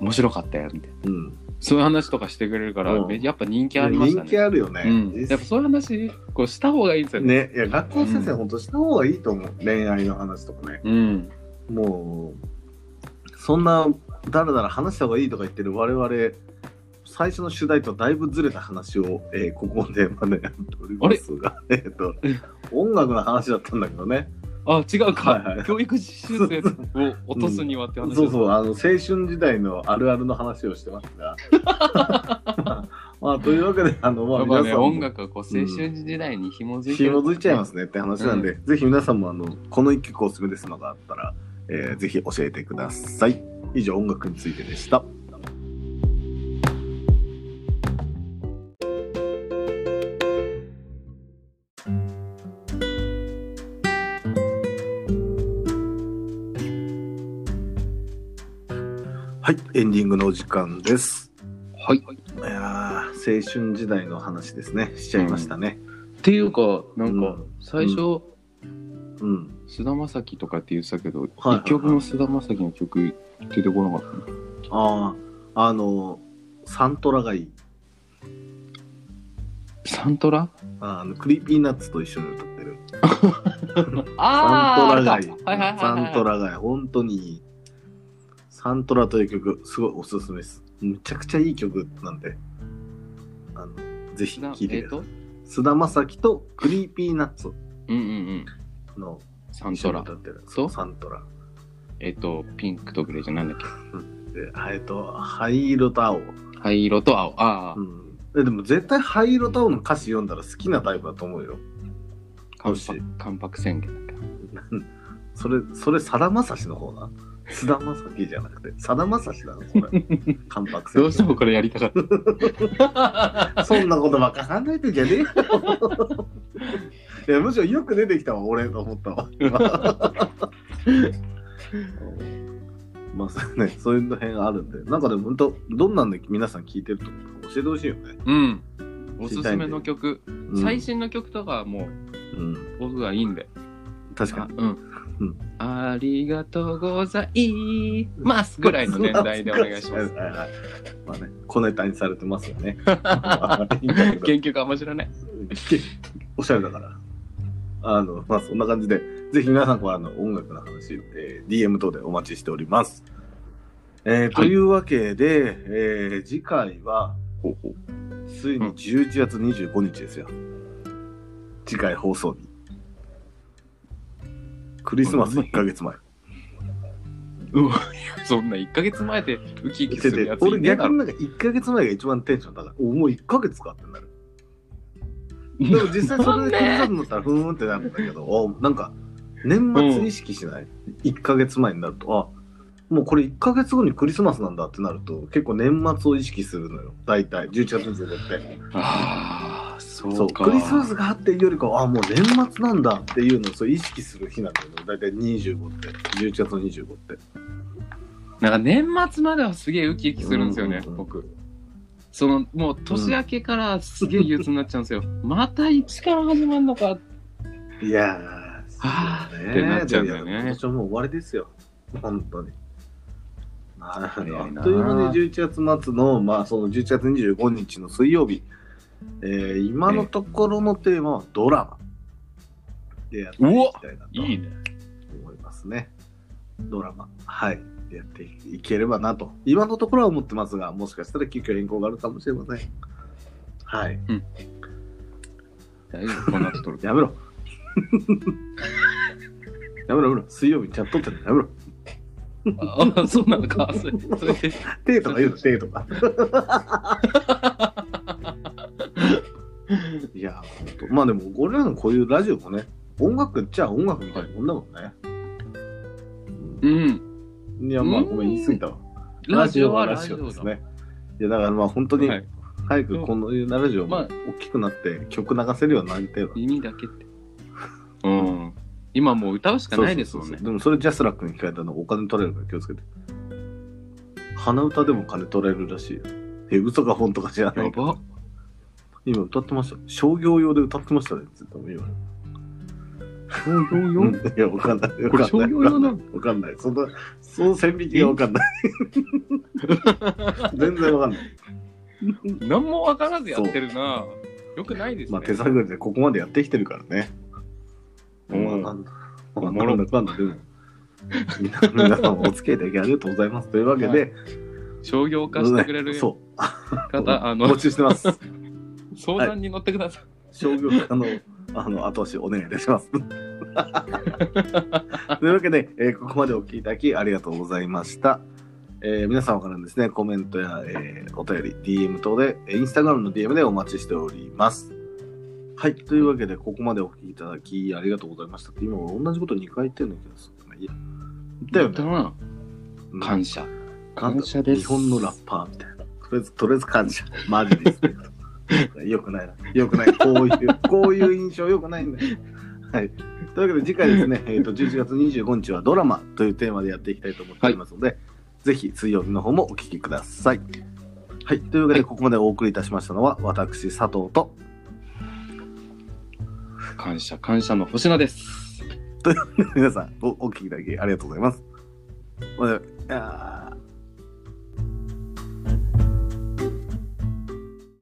S2: 面白かったよ、みたい
S1: う
S2: な。
S1: ん。
S2: そういう話とかしてくれるから、
S1: うん
S2: めやっぱ人気ありました
S1: 人
S2: ね
S1: 気あるよね。
S2: うん、やっぱそういう話こうした方がいいですよね
S1: ね、いや学校先生、本当した方がいいと思う、恋愛の話とかね。
S2: うん
S1: もう、そんな、だらだら話した方がいいとか言ってる我々、最初の主題とだいぶずれた話を、えーここでまでやっておりますが、 えっと、音楽の話だったんだけどね。
S2: あ違うか、
S1: はいはい
S2: 教育実習生を落とすにはって話、
S1: そうそう、あの青春時代のあるあるの話をしてますが。まあ、というわけで、あの、ま
S2: や
S1: あ、
S2: っぱ
S1: 皆
S2: ね
S1: さんも
S2: 音楽はこう青春時代に紐づいて
S1: 紐づいちゃいますすねって話なんで、ぜひ皆さんもあのこの一曲おすすめですのがあったら、えーぜひ教えてください以上音楽についてでしたはいエンディングのお時間です
S2: はいっ
S1: いやー青春時代の話ですねしちゃいましたね、
S2: ていうかなん
S1: う
S2: か
S1: ん
S2: 最初、
S1: うん
S2: 菅田将暉とかって言ってたけど、一
S1: はいはい
S2: 曲も菅田将暉の曲出てこなかったね
S1: ああ、あの、サントラがいい。
S2: サントラ
S1: あの、クリーピーナッツと一緒に歌ってる。サント
S2: あ
S1: ラが
S2: ー
S1: いい。
S2: あれかはいはいはいはい
S1: サントラがいい。本当にいい。サントラという曲、すごいおすすめです。めちゃくちゃいい曲なんで、あの、ぜひ聴い
S2: え
S1: て
S2: っ
S1: くださ
S2: と
S1: い。菅田将暉とクリーピーナッツ
S2: うんうんうん
S1: の
S2: サン
S1: 一緒
S2: ト
S1: に歌
S2: ラ
S1: ってる。
S2: そう
S1: サントラ。
S2: えっとピンクとグレーじゃなんだっけ
S1: で、えっと、灰色と青。
S2: 灰色と青ああ、
S1: うん。えでも絶対灰色と青の歌詞読んだら好きなタイプだと思うよ。
S2: 関
S1: 欲しい
S2: 白関白宣言だっ
S1: うんそれ、それ、さだまさしの方な。菅田将暉じゃなくて、さだまさしなの、これ。 関白
S2: けどうして
S1: 戦。
S2: もこれやりたか った
S1: そんなことばっか考えてんじゃねえ よ。いや、むしろよく出てきたわ、俺と思った わ。まあ、そうね、そういう辺があるんで、なんかでも、本当、どんなんで皆さん聞いてると思うか教えてほしいよね。
S2: うんおすすめの曲、
S1: うん
S2: 最新の曲とかはも
S1: うん、
S2: う僕はいいんで
S1: 確か
S2: あ
S1: に。
S2: うん
S1: うん
S2: ありがとうございますぐらいの年代でお願いしま す。
S1: はいはいはいまあね、小ネタにされてますよ ね。
S2: 原曲あんま知らない。
S1: おしゃれだから。あの、まあ、そんな感じで、ぜひ皆さんからの音楽の話、えー DM 等でお待ちしております。えーというわけで、えー次回は、ついに11月25日ですよ。次回放送日。クリスマス1ヶ月前。
S2: うわそんな1ヶ月前でウキウキするやつい
S1: 俺
S2: ねえ
S1: 逆
S2: だろ
S1: に。なんか1ヶ月前が一番テンション高い。おもう1ヶ月かってなる。でも実際それで気になるんだったらふーんってなるんだけど、おなんか年末意識しない、?1 ヶ月前になると、あもうこれ1ヶ月後にクリスマスなんだってなると、結構年末を意識するのよ。大体、11月25日って。
S2: ああ、そ
S1: そうう、
S2: か。
S1: クリスマスがあっていうよりかは、あもう年末なんだっていうのをそう意識する日なんだよね。大体25って、11月の25って。
S2: なんか年末まではすげえウキウキするんですよね、
S1: うんうんうん
S2: 僕。そのもう年明けからすげえ憂鬱になっちゃうんですよ。また1から始まるのか。
S1: いや
S2: あ
S1: ー、
S2: ーってなっちゃうんだよね
S1: でもいや今年はもう終わりですよ。本当に。あ
S2: いな
S1: ーあっという間に11月末の、まあ、その11月25日の水曜日、えー今のところのテーマはドラマでやっていきたいなと
S2: いいね。
S1: 思いますね。ドラマ。はい。やっていければなと。今のところは思ってますが、もしかしたら急遽変更があるかもしれません。はい。。
S2: 大丈夫、こんなと撮る
S1: やめろ。 やめろやめろ。水曜日にちゃんと撮ってるのやめろ。
S2: ああ、 そうなのか。それそれで
S1: 手とか言うの、手とか。 いや、ほんとまあでも、俺らのこういうラジオもね、音楽っちゃ音楽みたいなもんだもんね。
S2: うん。
S1: い、や、まあ、
S2: うん
S1: ごめん、言い過ぎたわ。
S2: ラジオは
S1: ラ
S2: ラ
S1: ジ
S2: ジ
S1: オ
S2: オ
S1: です
S2: だね。
S1: ね。いや、だからまあ、本当に
S2: はい
S1: 早くこのラジオ
S2: ま
S1: も
S2: あ
S1: 大きくなって曲流せるようになりたいわ。
S2: 耳だけって。うん。今もう歌うしかないですもん
S1: そう
S2: ね
S1: そうそう。でもそれジャスラックに控えたのお金取れるから気をつけて。鼻歌でも金取れるらしいよ。え、嘘か本とか知らな
S2: や
S1: いけど
S2: ば。
S1: 今歌ってました。商業用で歌ってましたね。ずっと今。
S2: 商業用
S1: いや、わかんない。
S2: これ商業用なの
S1: わかんない。その、その線引きがわかん ない。全然わかんない。
S2: 何も分からずやってるなよくないですね、
S1: まあ、手探りでここまでやってきてるからね。
S2: うん
S1: わかんわかんなくはなる。皆皆さんお付き合いいただきありがとうございます。というわけで、
S2: 商業化してくれる
S1: そ
S2: 方あ
S1: う、募
S2: の
S1: 集してます。
S2: 相談に乗ってください、
S1: 商業化のあの後押しお願いいたし ます。というわけで、えーここまでお聞きいただきありがとうございました。えー皆様からのですね、コメントや、えーお便り、DM 等で、えーインスタグラムの DM でお待ちしております。はい、というわけで、ここまでお聞きいただきありがとうございましたって。今、同じこと2回言ってるんだけどさ、まあいいや。だよね。
S2: な
S1: うん
S2: 感謝
S1: なんだ
S2: 感謝です
S1: 日本のラッパーみたいな。とりあえず、とりあえず感謝。マジでリスペクト。よくないな。よくない。こう いう、こういう印象よくないんだよ。はい。というわけで、次回です ね、えーと、11月25日はドラマというテーマでやっていきたいと思っておりますので、ぜひ水曜日の方もお聞きください。はい。というわけで、ここまでお送りいたしましたのは、私、佐藤と、
S2: 感謝感謝の星野です
S1: 皆さんお、お聞きいただきありがとうございます。まああー